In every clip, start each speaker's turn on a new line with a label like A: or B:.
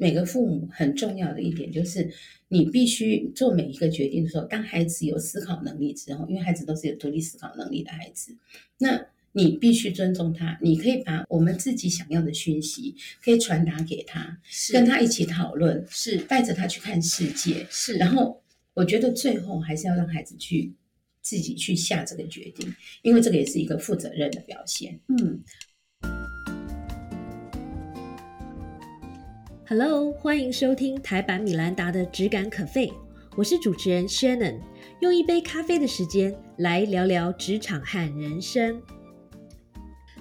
A: 每个父母很重要的一点就是，你必须做每一个决定的时候，当孩子有思考能力之后，因为孩子都是有独立思考能力的孩子，那你必须尊重他。你可以把我们自己想要的讯息，可以传达给他，跟他一起讨论，
B: 是
A: 带着他去看世界，
B: 是。
A: 然后，我觉得最后还是要让孩子去自己去下这个决定，因为这个也是一个负责任的表现。
B: 嗯。Hello，欢迎收听台版米兰达的《只感可废》，我是主持人 Shannon，用一杯咖啡的时间来聊聊职场和人生。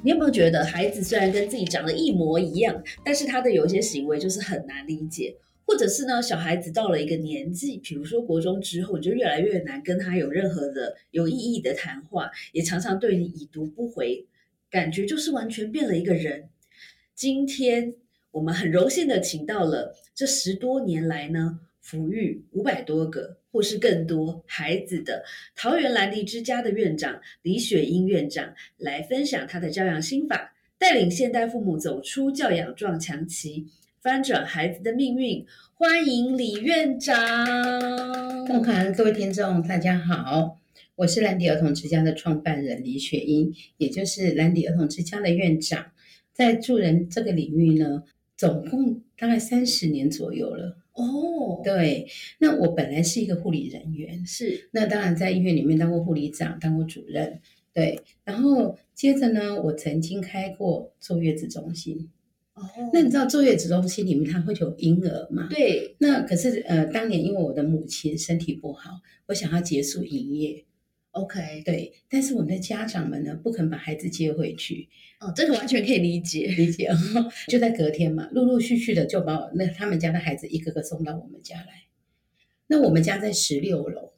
B: 你有没有觉得，孩子虽然跟自己长得一模一样，但是他的有些行为就是很难理解，或者是呢，小孩子到了一个年纪，比如说国中之后，你就越来越难跟他有任何的有意义的谈话，也常常对你已读不回，感觉就是完全变了一个人。今天。我们很荣幸的请到了这十多年来呢，抚育五百多个或是更多孩子的桃园兰迪之家的院长李雪英院长来分享他的教养心法，带领现代父母走出教养撞墙期，翻转孩子的命运。欢迎李院长！
A: 共涵各位听众，大家好，我是兰迪儿童之家的创办人李雪英，也就是兰迪儿童之家的院长，在助人这个领域呢。总共大概三十年左右了
B: 哦。
A: 对，那我本来是一个护理人员，
B: 是。
A: 那当然在医院里面当过护理长，当过主任，对。然后接着呢，我曾经开过坐月子中心。
B: 哦。
A: 那你知道坐月子中心里面它会有婴儿嘛？
B: 对。
A: 那可是呃，当年因为我的母亲身体不好，我想要结束营业。
B: OK，
A: 对，但是我们的家长们呢，不肯把孩子接回去，
B: 哦，这个完全可以理解，
A: 理解。哦 就在隔天嘛，陆陆续续的就把我那他们家的孩子一个个送到我们家来。那我们家在十六楼，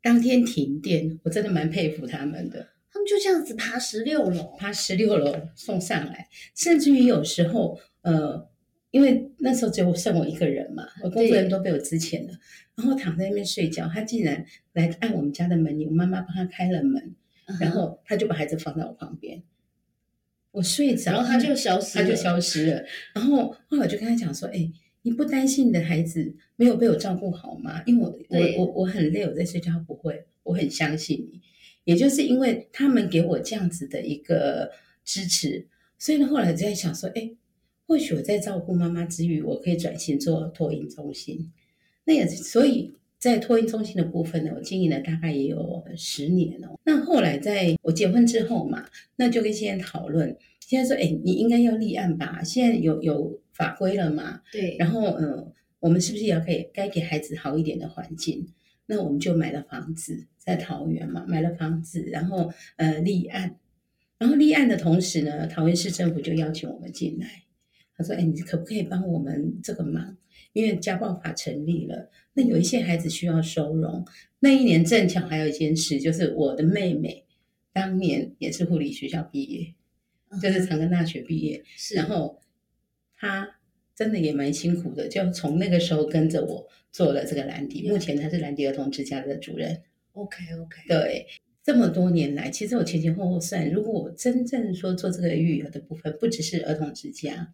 A: 当天停电，我真的蛮佩服他们的。
B: 他们就这样子爬十六楼，
A: 爬十六楼送上来，甚至于有时候，呃，因为那时候只有剩我一个人嘛，我工作人员都被我支遣了。然后躺在那边睡觉，他竟然来按我们家的门铃，我妈妈帮他开了门，uh huh. 然后他就把孩子放在我旁边，我睡着，
B: 然后他就消失，
A: 他就消失了。然后后来我就跟他讲说：“哎、欸，你不担心你的孩子没有被我照顾好吗？因为我我我我很累，我在睡觉，不会，我很相信你。也就是因为他们给我这样子的一个支持，所以呢，后来就在想说：哎、欸，或许我在照顾妈妈之余，我可以转型做托婴中心。”那也所以，在托婴中心的部分呢，我经营了大概也有十年哦。那后来在我结婚之后嘛，那就跟先生讨论，先生说：“哎，你应该要立案吧？现在有有法规了嘛？
B: 对。
A: 然后，嗯、呃，我们是不是也要给该给孩子好一点的环境？那我们就买了房子，在桃园嘛，买了房子，然后呃立案，然后立案的同时呢，桃园市政府就邀请我们进来，他说：‘哎，你可不可以帮我们这个忙？’因为家暴法成立了，那有一些孩子需要收容。那一年正巧还有一件事，就是我的妹妹当年也是护理学校毕业，嗯、就是长庚大学毕业。然后她真的也蛮辛苦的，就从那个时候跟着我做了这个兰迪，目前她是兰迪儿童之家的主任。
B: OK OK，
A: 对，这么多年来，其实我前前后后算，如果我真正说做这个育儿的部分，不只是儿童之家，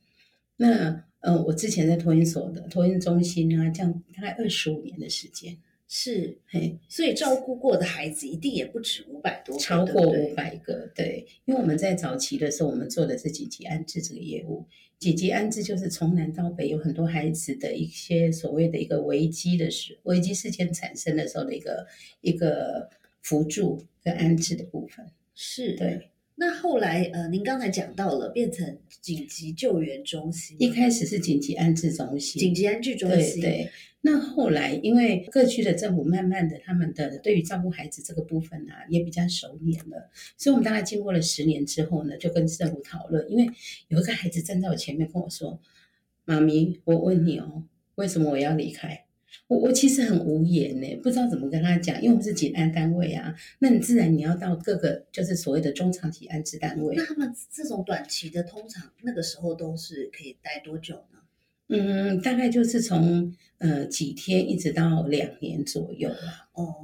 A: 那。嗯，我之前在托婴所的托婴中心啊，这样大概二十五年的时间，
B: 是，
A: 嘿，
B: 所以照顾过的孩子一定也不止五百多，
A: 超过五百个，对，因为我们在早期的时候，我们做的是紧急安置这个业务，紧急安置就是从南到北有很多孩子的一些所谓的一个危机的事，危机事件产生的时候的一个一个辅助跟安置的部分，
B: 是
A: 对。
B: 那后来，呃，您刚才讲到了变成紧急救援中心，
A: 一开始是紧急安置中心，
B: 紧急安置中
A: 心，对对。那后来，因为各区的政府慢慢的，他们的对于照顾孩子这个部分啊，也比较熟练了，所以我们大概经过了十年之后呢，就跟政府讨论，因为有一个孩子站在我前面跟我说：“妈咪，我问你哦，为什么我要离开？”我我其实很无言呢、欸，不知道怎么跟他讲，因为我们是紧安单位啊，那你自然你要到各个就是所谓的中长期安置单位。
B: 那他们这种短期的，通常那个时候都是可以待多久呢？
A: 嗯，大概就是从呃几天一直到两年左右了。
B: 哦，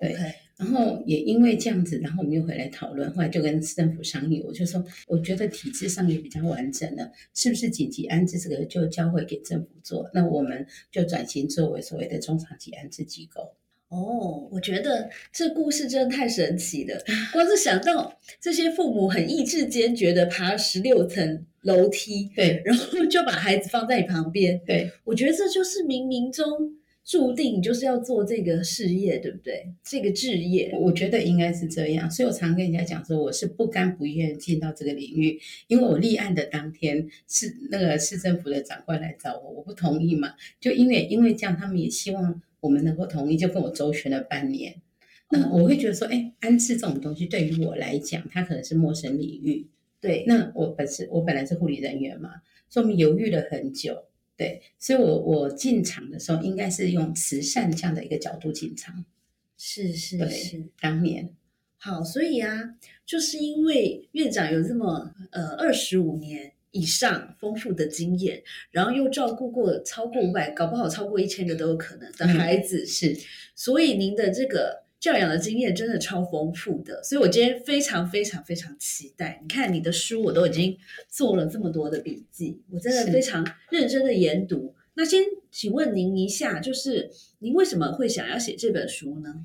A: 对。
B: Okay.
A: 然后也因为这样子，然后我们又回来讨论，后来就跟市政府商议，我就说，我觉得体制上也比较完整了，是不是紧急安置这个就交回给政府做？那我们就转型作为所谓的中长期安置机构。
B: 哦，我觉得这故事真的太神奇了。光是想到这些父母很意志坚决的爬十六层楼梯，
A: 对
B: 然后就把孩子放在你旁边，
A: 对，
B: 我觉得这就是冥冥中注定，你就是要做这个事业，对不对？这个置业，
A: 我觉得应该是这样，所以我常跟人家讲说，我是不甘不愿进到这个领域，因为我立案的当天是那个市政府的长官来找我，我不同意嘛，就因为因为这样，他们也希望我们能够同意，就跟我周旋了半年。那我会觉得说，哎，安置这种东西对于我来讲，它可能是陌生领域。
B: 对，
A: 那我本是我本来是护理人员嘛，所以我们犹豫了很久。对，所以我我进场的时候应该是用慈善这样的一个角度进场，
B: 是是
A: 对
B: 是。
A: 当年
B: 好，所以啊，就是因为院长有这么呃二十五年以上丰富的经验，然后又照顾过超过五百，搞不好超过一千个都有可能的孩子，
A: 是。
B: 所以您的这个教养的经验真的超丰富的，所以我今天非常非常非常期待。你看你的书，我都已经做了这么多的笔记，我真的
A: 是
B: 非常认真的研读。那先请问您一下，就是您为什么会想要写这本书呢？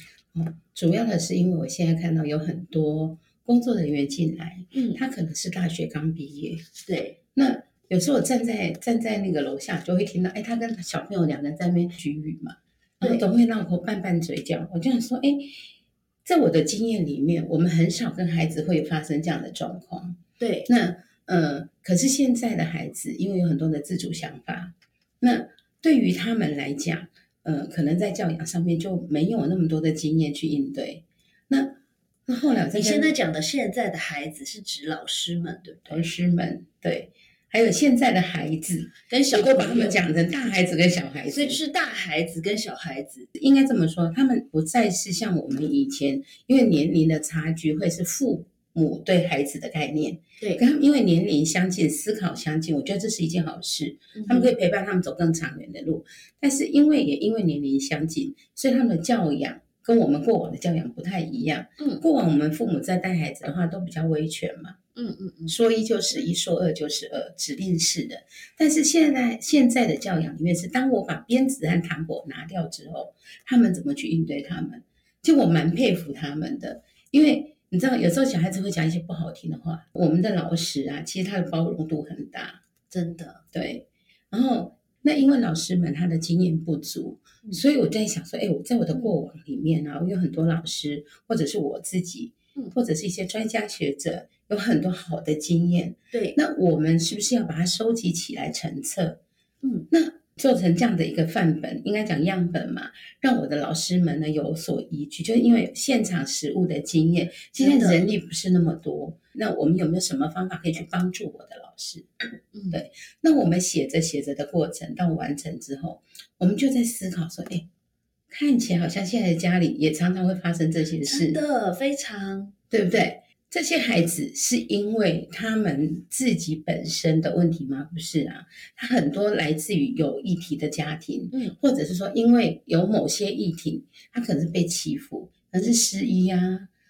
A: 主要的是因为我现在看到有很多工作人员进来，
B: 嗯，
A: 他可能是大学刚毕业，
B: 对，
A: 那有时候我站在站在那个楼下就会听到，哎，他跟小朋友两个人在那边举语嘛，然后
B: 对
A: 总会让我拌拌嘴角，我就想说，哎，在我的经验里面，我们很少跟孩子会发生这样的状况。
B: 对，
A: 那呃，可是现在的孩子，因为有很多的自主想法，那对于他们来讲，呃，可能在教养上面就没有那么多的经验去应对。那那后来我在
B: 你
A: 跟
B: 现在讲的现在的孩子是指老师们，对不对？
A: 老师们对，还有现在的孩子，
B: 跟小
A: 我
B: 朋
A: 都
B: 友
A: 把他们，讲成大孩子跟小孩子，
B: 所以就是大孩子跟小孩子，
A: 应该这么说，他们不再是像我们以前，因为年龄的差距会是父母对孩子的概念，
B: 对，
A: 跟他们因为年龄相近、思考相近，我觉得这是一件好事。
B: 嗯
A: 他们可以陪伴他们走更长远的路。但是因为也因为年龄相近，所以他们的教养跟我们过往的教养不太一样。
B: 嗯
A: 过往我们父母在带孩子的话都比较威权嘛，
B: 嗯嗯嗯，
A: 说一就是一，说二就是二，指令式的。但是现在现在的教养里面是，当我把鞭子和糖果拿掉之后，他们怎么去应对他们？其实我蛮佩服他们的，因为。你知道，有时候小孩子会讲一些不好听的话。我们的老师啊，其实他的包容度很大。
B: 真的，
A: 对，然后那因为老师们他的经验不足，
B: 嗯
A: 所以我在想说，哎，我在我的过往里面啊，我有很多老师，或者是我自己
B: 嗯，
A: 或者是一些专家学者，有很多好的经验。
B: 对，
A: 那我们是不是要把它收集起来成册？
B: 嗯，
A: 那做成这样的一个范本，应该讲样本嘛，让我的老师们呢有所依据，就是因为现场实务的经验，现
B: 真的
A: 在人力不是那么多，那我们有没有什么方法可以去帮助我的老师？
B: 嗯，
A: 对那我们写着写着的过程到完成之后，我们就在思考说，哎，看起来好像现在的家里也常常会发生这些
B: 真
A: 事，
B: 的非常
A: 对不对？这些孩子是因为他们自己本身的问题吗？不是啊，他很多来自于有议题的家庭，
B: 嗯，
A: 或者是说因为有某些议题，他可能是被欺负，可能是失依啊，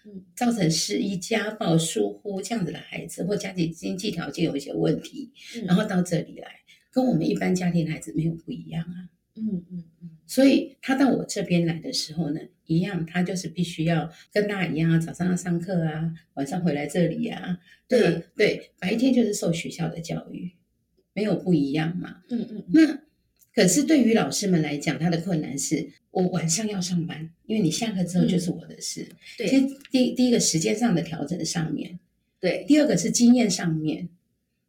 B: 嗯，
A: 造成失依、家暴、疏忽这样子的孩子，或家庭经济条件有一些问题，
B: 嗯
A: 然后到这里来，跟我们一般家庭的孩子没有不一样啊。
B: 嗯嗯嗯，
A: 所以他到我这边来的时候呢，一样，他就是必须要跟大家一样啊，早上要上课啊，晚上回来这里啊，
B: 对
A: 那对，白天就是受学校的教育，没有不一样嘛。
B: 嗯嗯嗯，
A: 那可是对于老师们来讲，他的困难是我晚上要上班，因为你下课之后就是我的事。
B: 对
A: 先第第一个时间上的调整上面，
B: 对，
A: 第二个是经验上面，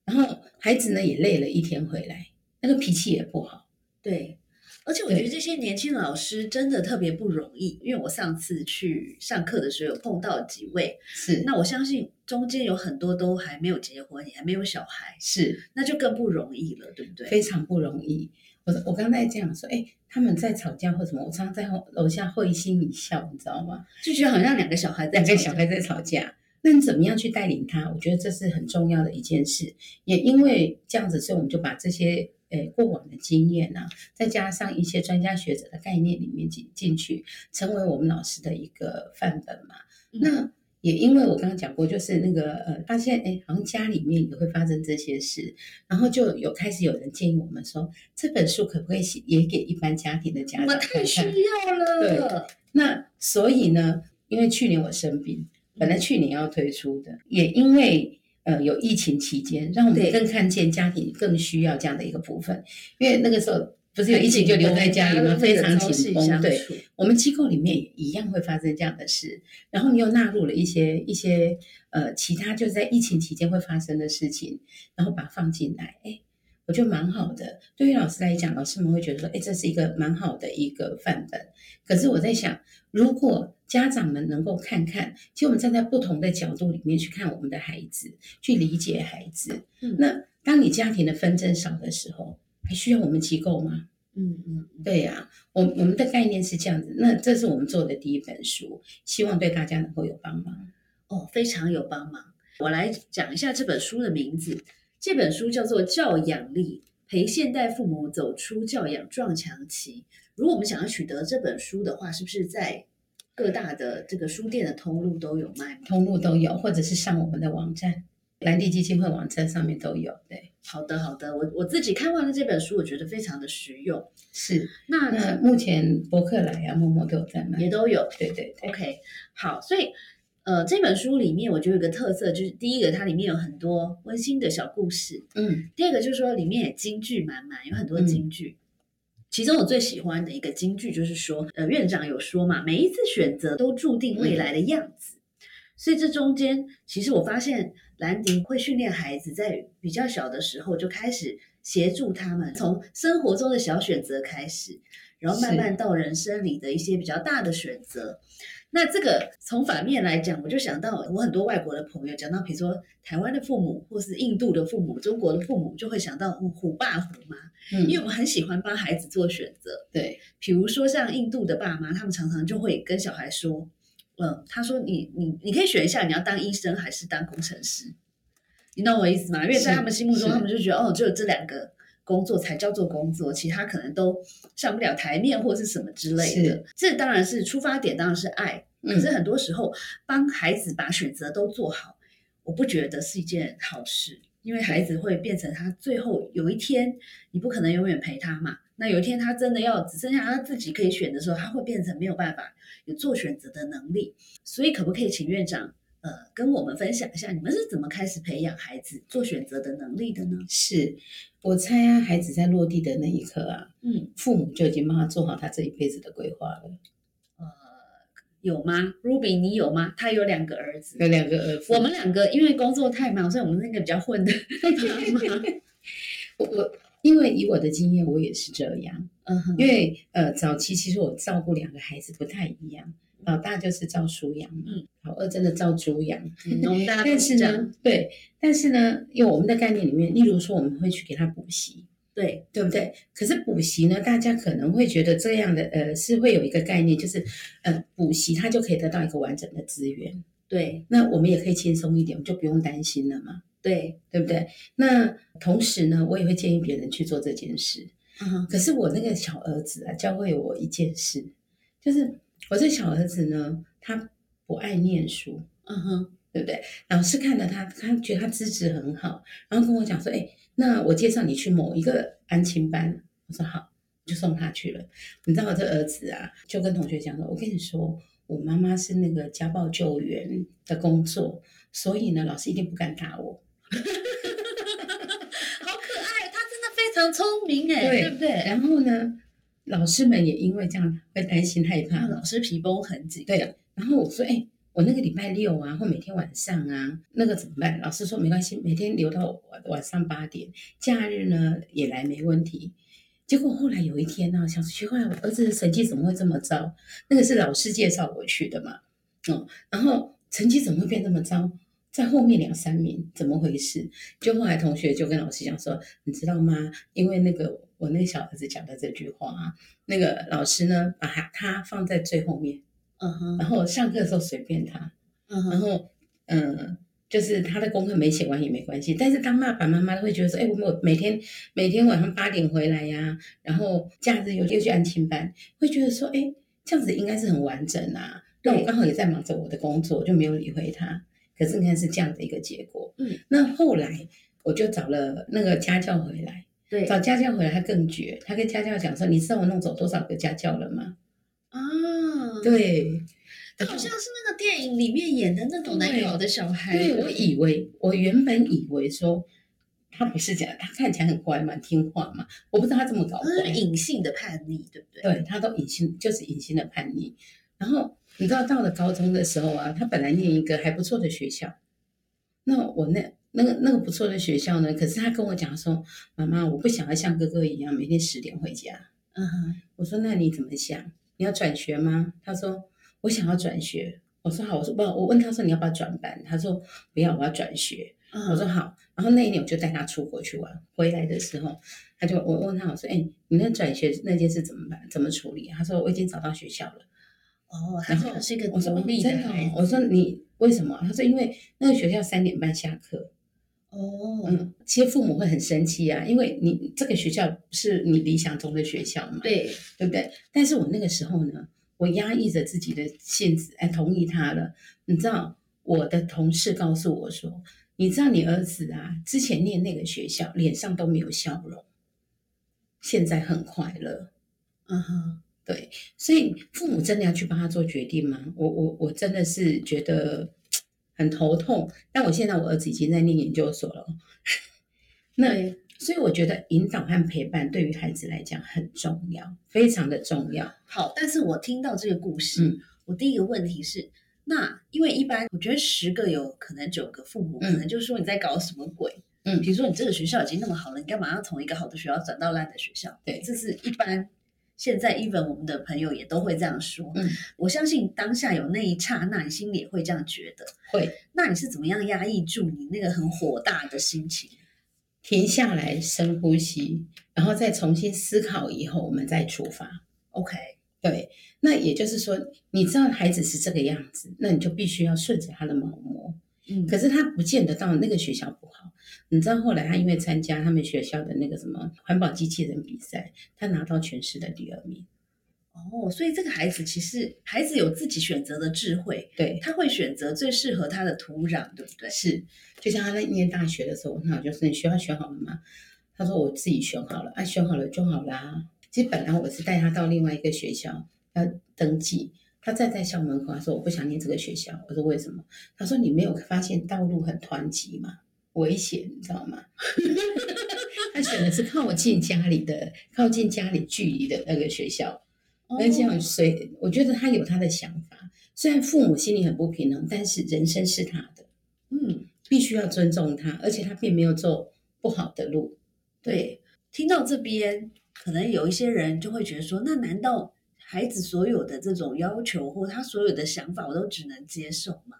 A: 然后孩子呢也累了一天回来，那个脾气也不好。
B: 对，而且我觉得
A: 对
B: 这些年轻老师真的特别不容易，因为我上次去上课的时候有碰到几位，
A: 是，
B: 那我相信中间有很多都还没有结婚，也还没有小孩，
A: 是
B: 那就更不容易了，对不对？
A: 非常不容易。我我刚才这样说，哎，他们在吵架或什么，我常常在后楼下会心一笑，你知道吗？
B: 就觉得好像两个小孩在
A: 两个
B: 吵
A: 小
B: 架
A: 孩在吵架，那你怎么样去带领他？我觉得这是很重要的一件事。也因为这样子，所以我们就把这些诶过往的经验啊，再加上一些专家学者的概念里面进进去，成为我们老师的一个范本嘛。
B: 嗯
A: 那也因为我刚刚讲过，就是那个呃，发现诶好像家里面也会发生这些事，然后就有开始有人建议我们说，这本书可不可以写也给一般家庭的家
B: 我
A: 长
B: 们
A: 看
B: 太需
A: 看？
B: 要了。
A: 那所以呢，因为去年我生病，本来去年要推出的，也因为呃有疫情期间，让我
B: 对
A: 们更看见家庭更需要这样的一个部分。因为那个时候不是有疫情就留在家里
B: 大家
A: 吗？
B: 都
A: 非常
B: 朝夕
A: 紧绷，
B: 相
A: 对。
B: 处，
A: 我们机构里面也一样会发生这样的事，然后你又纳入了一些一些呃其他就是在疫情期间会发生的事情，然后把它放进来，哎，我觉得蛮好的。对于老师来讲，老师们会觉得说，哎，这是一个蛮好的一个范本。可是我在想，如果家长们能够看看，其实我们站在不同的角度里面去看我们的孩子，去理解孩子。
B: 嗯
A: 那当你家庭的纷争少的时候，还需要我们机构吗？
B: 嗯嗯嗯，
A: 对呀、啊我我们的概念是这样子，那这是我们做的第一本书，希望对大家能够有帮忙。
B: 哦，非常有帮忙。我来讲一下这本书的名字，这本书叫做《教养力》，陪现代父母走出教养撞墙期。如果我们想要取得这本书的话，是不是在各大的这个书店的通路都有卖吗？
A: 通路都有，或者是上我们的网站，蓝地基金会网站上面都有。对，
B: 好的，好的，我我自己看完了这本书，我觉得非常的实用。
A: 是。
B: 那
A: 那目前博客来呀、陌陌都有在卖。
B: 也都有，
A: 对对对，
B: OK，好，所以呃，这本书里面我觉得有一个特色，就是第一个它里面有很多温馨的小故事，
A: 嗯
B: 第二个就是说里面也金句满满，有很多金句。其中我最喜欢的一个金句就是说，呃，院长有说嘛，每一次选择都注定未来的样子。所以这中间，其实我发现兰迪会训练孩子在比较小的时候就开始协助他们，从生活中的小选择开始，然后慢
A: 是
B: 慢到人生里的一些比较大的选择。那这个从反面来讲，我就想到我很多外国的朋友讲到，比如说台湾的父母，或是印度的父母、中国的父母，就会想到嗯虎爸虎妈，因为
A: 嗯，
B: 我们很喜欢帮孩子做选择。
A: 对，
B: 比如说像印度的爸妈，他们常常就会跟小孩说，嗯，他说你你你可以选一下，你要当医生还是当工程师，你懂我意思吗？因为在
A: 是
B: 他们心目中，
A: 是
B: 他们就觉得哦，只有这两个工作才叫做工作，其他可能都上不了台面或是什么之类的
A: 是。
B: 这当然是出发点，当然是爱，可
A: 嗯
B: 是很多时候帮孩子把选择都做好，我不觉得是一件好事，因为孩子会变成他最后有一天，你不可能永远陪他嘛。那有一天他真的要只剩下他自己可以选的时候，他会变成没有办法有做选择的能力。所以可不可以请院长呃跟我们分享一下，你们是怎么开始培养孩子做选择的能力的呢？
A: 是。我猜啊，孩子在落地的那一刻啊，
B: 嗯，
A: 父母就已经帮他做好他这一辈子的规划了。
B: 呃，有吗？Ruby，你有吗？他有两个儿子，
A: 有两个儿子，
B: 我们两个因为工作太忙，所以我们那个比较混的 妈妈
A: 我我，因为以我的经验，我也是这样。
B: 嗯哼，
A: 因为呃，早期其实我照顾两个孩子不太一样，老大就是照书养嘛，
B: 嗯
A: 老二真的照猪养。
B: 嗯我们大家都
A: 但是
B: 这
A: 呢
B: 样，，
A: 对，但是呢，因为我们的概念里面，例如说我们会去给他补习，
B: 对，
A: 对不对？可是补习呢，大家可能会觉得这样的呃是会有一个概念，就是呃补习他就可以得到一个完整的资源，
B: 对，
A: 那我们也可以轻松一点，我们就不用担心了嘛，
B: 对，
A: 对不对？那同时呢，我也会建议别人去做这件事，
B: 嗯哼，
A: 可是我那个小儿子啊，教会我一件事，就是我这小儿子呢，他不爱念书，
B: 嗯哼，
A: 对不对？老师看了他，他觉得他资质很好，然后跟我讲说：“哎，那我介绍你去某一个安亲班。”我说好，我就送他去了。你知道我这儿子啊，就跟同学讲说：“我跟你说，我妈妈是那个家暴救援的工作，所以呢，老师一定不敢打我。”
B: 好可爱，他真的非常聪明哎，
A: 对
B: 对不对？
A: 然后呢，老师们也因为这样会担心害怕
B: 老师皮绷很紧，
A: 对，然后我说，哎、我那个礼拜六啊，或每天晚上啊，那个怎么办？老师说没关系，每天留到晚晚上八点，假日呢也来没问题。结果后来有一天呢、想说奇怪，我儿子的成绩怎么会这么糟？那个是老师介绍我去的嘛，哦，然后成绩怎么会变这么糟？在后面两三名，怎么回事？就后来同学就跟老师讲说，你知道吗？因为那个我那个小儿子讲的这句话啊，那个老师呢把他他放在最后面，
B: 嗯哼，
A: 然后上课的时候随便他，
B: 嗯
A: 然
B: 哼，
A: 后嗯、呃就是他的功课没写完也没关系，但是当爸爸妈妈都会觉得说，哎、我我每天每天晚上八点回来呀、然后假日又又去安亲班，会觉得说，哎，这样子应该是很完整啊。那我
B: 对
A: 刚好也在忙着我的工作，就没有理会他。可是你看是这样的一个结果。
B: 嗯，
A: 那后来我就找了那个家教回来，
B: 对
A: 找家教回来他更绝，他跟家教讲说，你知道我弄走多少个家教了吗？
B: 啊，
A: 对，
B: 他好像是那个电影里面演的那种难搞的小孩，
A: 对，我以为我原本以为说他不是这样，他看起来很乖嘛，听话嘛，我不知道他这么搞
B: 好像是
A: 怪，
B: 隐性的叛逆，对不对？
A: 对他都隐性，就是隐性的叛逆。然后你知道到了高中的时候啊，他本来念一个还不错的学校，那我那那个那个不错的学校呢，可是他跟我讲说，妈妈，我不想要像哥哥一样每天十点回家。
B: 嗯哼，
A: 我说那你怎么想？你要转学吗？他说我想要转学。我说好，我说不，我问他说你要不要转班？他说不要，我要转学。
B: 嗯
A: 我说好，然后那一年我就带他出国去玩，回来的时候他就我问他我说哎、你那转学那件事怎么办？怎么处理？啊他说我已经找到学校了。
B: 哦，他
A: 然
B: 真
A: 后
B: 的是一个
A: 我说
B: 独
A: 哦
B: 立的
A: 真的
B: 孩
A: 哦，
B: 子
A: 我说你为什么？啊他说因为那个学校三点半下课。
B: 哦，
A: 嗯，其实父母会很生气啊，因为你这个学校不是你理想中的学校嘛。
B: 对，
A: 对不对？但是我那个时候呢，我压抑着自己的性子，哎，同意他了。你知道，我的同事告诉我说，你知道你儿子啊，之前念那个学校，脸上都没有笑容，现在很快乐。
B: 嗯哼，
A: 所以父母真的要去帮他做决定吗？我我我真的是觉得很头痛。但我现在我儿子已经在念研究所了哦，那
B: 对
A: 所以我觉得引导和陪伴对于孩子来讲很重要，非常的重要。
B: 好，但是我听到这个故事，
A: 嗯
B: 我第一个问题是，那因为一般我觉得十个有可能九个父母、
A: 嗯
B: 可能就说你在搞什么鬼，
A: 嗯
B: 比如说你这个学校已经那么好了，你干嘛要从一个好的学校转到烂的学校？
A: 对
B: 这是一般。现在，even 我们的朋友也都会这样说。
A: 嗯，
B: 我相信当下有那一刹那，你心里也会这样觉得。
A: 会
B: 那你是怎么样压抑住你那个很火大的心情？
A: 停下来深呼吸，然后再重新思考以后，我们再出发。
B: OK，
A: 对，那也就是说，你知道孩子是这个样子，那你就必须要顺着他的毛摸。
B: 嗯，
A: 可是他不见得到那个学校不好。你知道后来他因为参加他们学校的那个什么环保机器人比赛，他拿到全市的第二名。
B: 哦，所以这个孩子其实孩子有自己选择的智慧，
A: 对，
B: 他会选择最适合他的土壤，对不对？
A: 是，就像他在念大学的时候，那我就说你学校选好了吗？他说我自己选好了，啊，选好了就好啦。其实本来我是带他到另外一个学校要登记，他站在校门口，他说我不想念这个学校。我说为什么？他说你没有发现道路很湍急吗？危险，你知道吗？ 他选的是靠近家里的、靠近家里距离的那个学校，那这样
B: 哦
A: 随，我觉得他有他的想法。虽然父母心里很不平衡，但是人生是他的。
B: 嗯，
A: 必须要尊重他，而且他并没有走不好的路。
B: 对。听到这边，可能有一些人就会觉得说，那难道孩子所有的这种要求或他所有的想法，我都只能接受吗？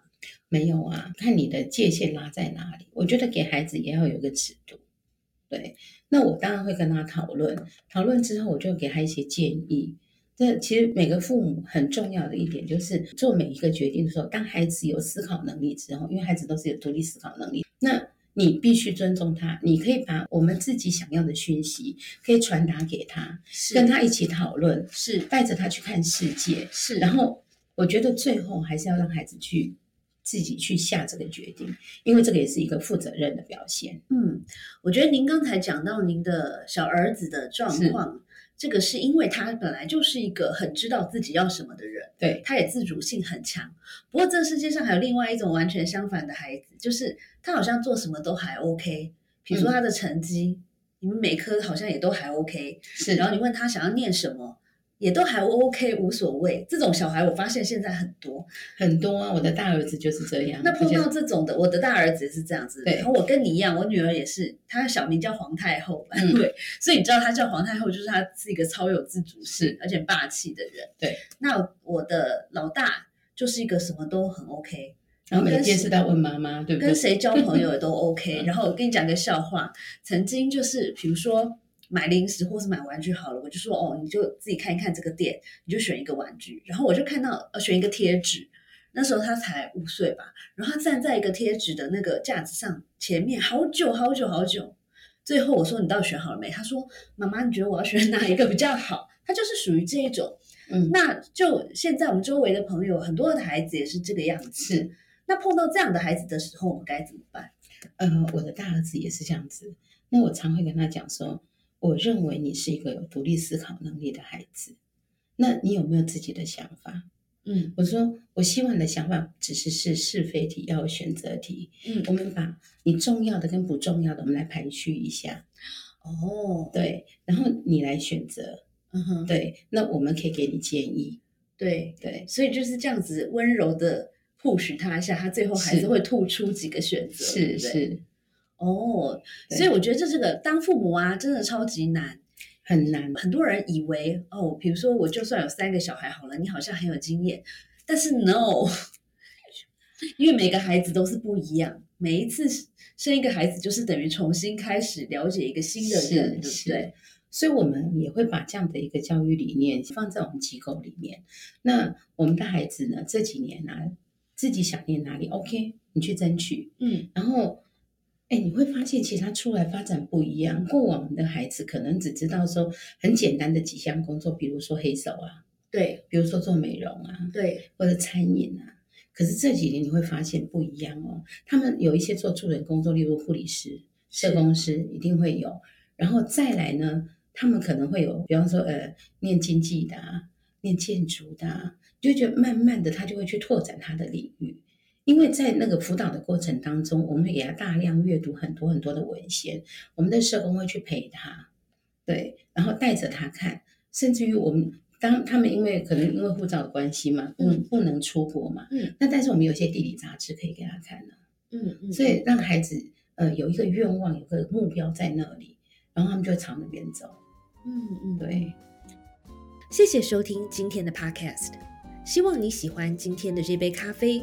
A: 没有啊，看你的界限拉在哪里。我觉得给孩子也要有个尺度。对，那我当然会跟他讨论，讨论之后我就给他一些建议。这其实每个父母很重要的一点就是，做每一个决定的时候，当孩子有思考能力之后，因为孩子都是有独立思考能力，那你必须尊重他。你可以把我们自己想要的讯息可以传达给他，
B: 是
A: 跟他一起讨论，
B: 是
A: 带着他去看世界，
B: 是，
A: 然后我觉得最后还是要让孩子去自己去下这个决定，因为这个也是一个负责任的表现。
B: 嗯，我觉得您刚才讲到您的小儿子的状
A: 是
B: 况，这个是因为他本来就是一个很知道自己要什么的人，
A: 对，
B: 他也自主性很强。不过这世界上还有另外一种完全相反的孩子，就是他好像做什么都还 OK，比如说
A: 嗯
B: 他的成绩，你们每科好像也都还 OK，
A: 是
B: 然后你问他想要念什么。也都还 OK，无所谓。这种小孩，我发现现在很多。
A: 很多啊，我的大儿子就是这样。
B: 那
A: 他
B: 碰
A: 就
B: 到这种的，我的大儿子也是这样子。
A: 啊对
B: 然后我跟你一样，我女儿也是，她小名叫皇太后嘛，
A: 嗯
B: 对，所以你知道她叫皇太后，就是她是一个超有自主性
A: 是
B: 而且霸气的人。
A: 对，
B: 那我的老大就是一个什么都很 OK，
A: 然后每
B: 跟
A: 件
B: 谁
A: 事都要问妈妈，对不对嗯
B: 跟？谁交朋友也都 OK。然后我跟你讲个笑话，曾经就是比如说买零食或是买玩具好了，我就说哦，你就自己看一看这个店，你就选一个玩具。然后我就看到呃选一个贴纸，那时候他才五岁吧，然后他站在一个贴纸的那个架子上前面，好久好久好久。最后我说你到底选好了没？他说妈妈，你觉得我要选哪一个比较好？他就是属于这一种。
A: 嗯，
B: 那就现在我们周围的朋友，很多的孩子也是这个样子。
A: 是，
B: 那碰到这样的孩子的时候，我们该怎么办？
A: 呃，我的大儿子也是这样子。那我常会跟他讲说，我认为你是一个有独立思考能力的孩子，那你有没有自己的想法？
B: 嗯
A: 我说，我希望你的想法只是是是非题，要有选择题。
B: 嗯
A: 我们把你重要的跟不重要的，我们来排序一下，
B: 哦，
A: 对，然后你来选择，
B: 嗯哼，
A: 对，那我们可以给你建议，
B: 对，
A: 对，
B: 所以就是这样子温柔的 push 他一下，他最后还
A: 是
B: 是会吐出几个选择，对
A: 是
B: 不对
A: 是
B: 哦，
A: 对
B: 所以我觉得这这个当父母啊，真的超级难。
A: 很难，
B: 很多人以为哦，比如说我就算有三个小孩好了，你好像很有经验，但是 no，因为每个孩子都是不一样，每一次生一个孩子就是等于重新开始了解一个新的
A: 是
B: 人，对不
A: 是
B: 对？
A: 所以我们也会把这样的一个教育理念放在我们机构里面。那我们的孩子呢，这几年啊，自己想念哪里，OK，你去争取。
B: 嗯
A: 然后，哎，你会发现其实他出来发展不一样。过往的孩子可能只知道说很简单的几项工作，比如说黑手啊，
B: 对
A: 比如说做美容啊，
B: 对，
A: 或者餐饮啊。可是这几年你会发现不一样哦，他们有一些做助人工作，例如护理师、社
B: 是
A: 工师一定会有，然后再来呢，他们可能会有，比方说呃，念经济的、啊，念建筑的、啊，你就觉得慢慢的他就会去拓展他的领域，因为在那个辅导的过程当中，我们会给他大量阅读很多很多的文献，我们的社工会去陪他，对，然后带着他看，甚至于我们当他们因为可能因为护照的关系嘛，不
B: 嗯
A: 不能出国嘛，
B: 嗯
A: 那但是我们有一些地理杂志可以给他看呢、
B: 嗯嗯，
A: 所以让孩子呃有一个愿望，有个目标在那里，然后他们就朝那边走，
B: 嗯嗯
A: 对。
C: 谢谢收听今天的 Podcast，希望你喜欢今天的这杯咖啡。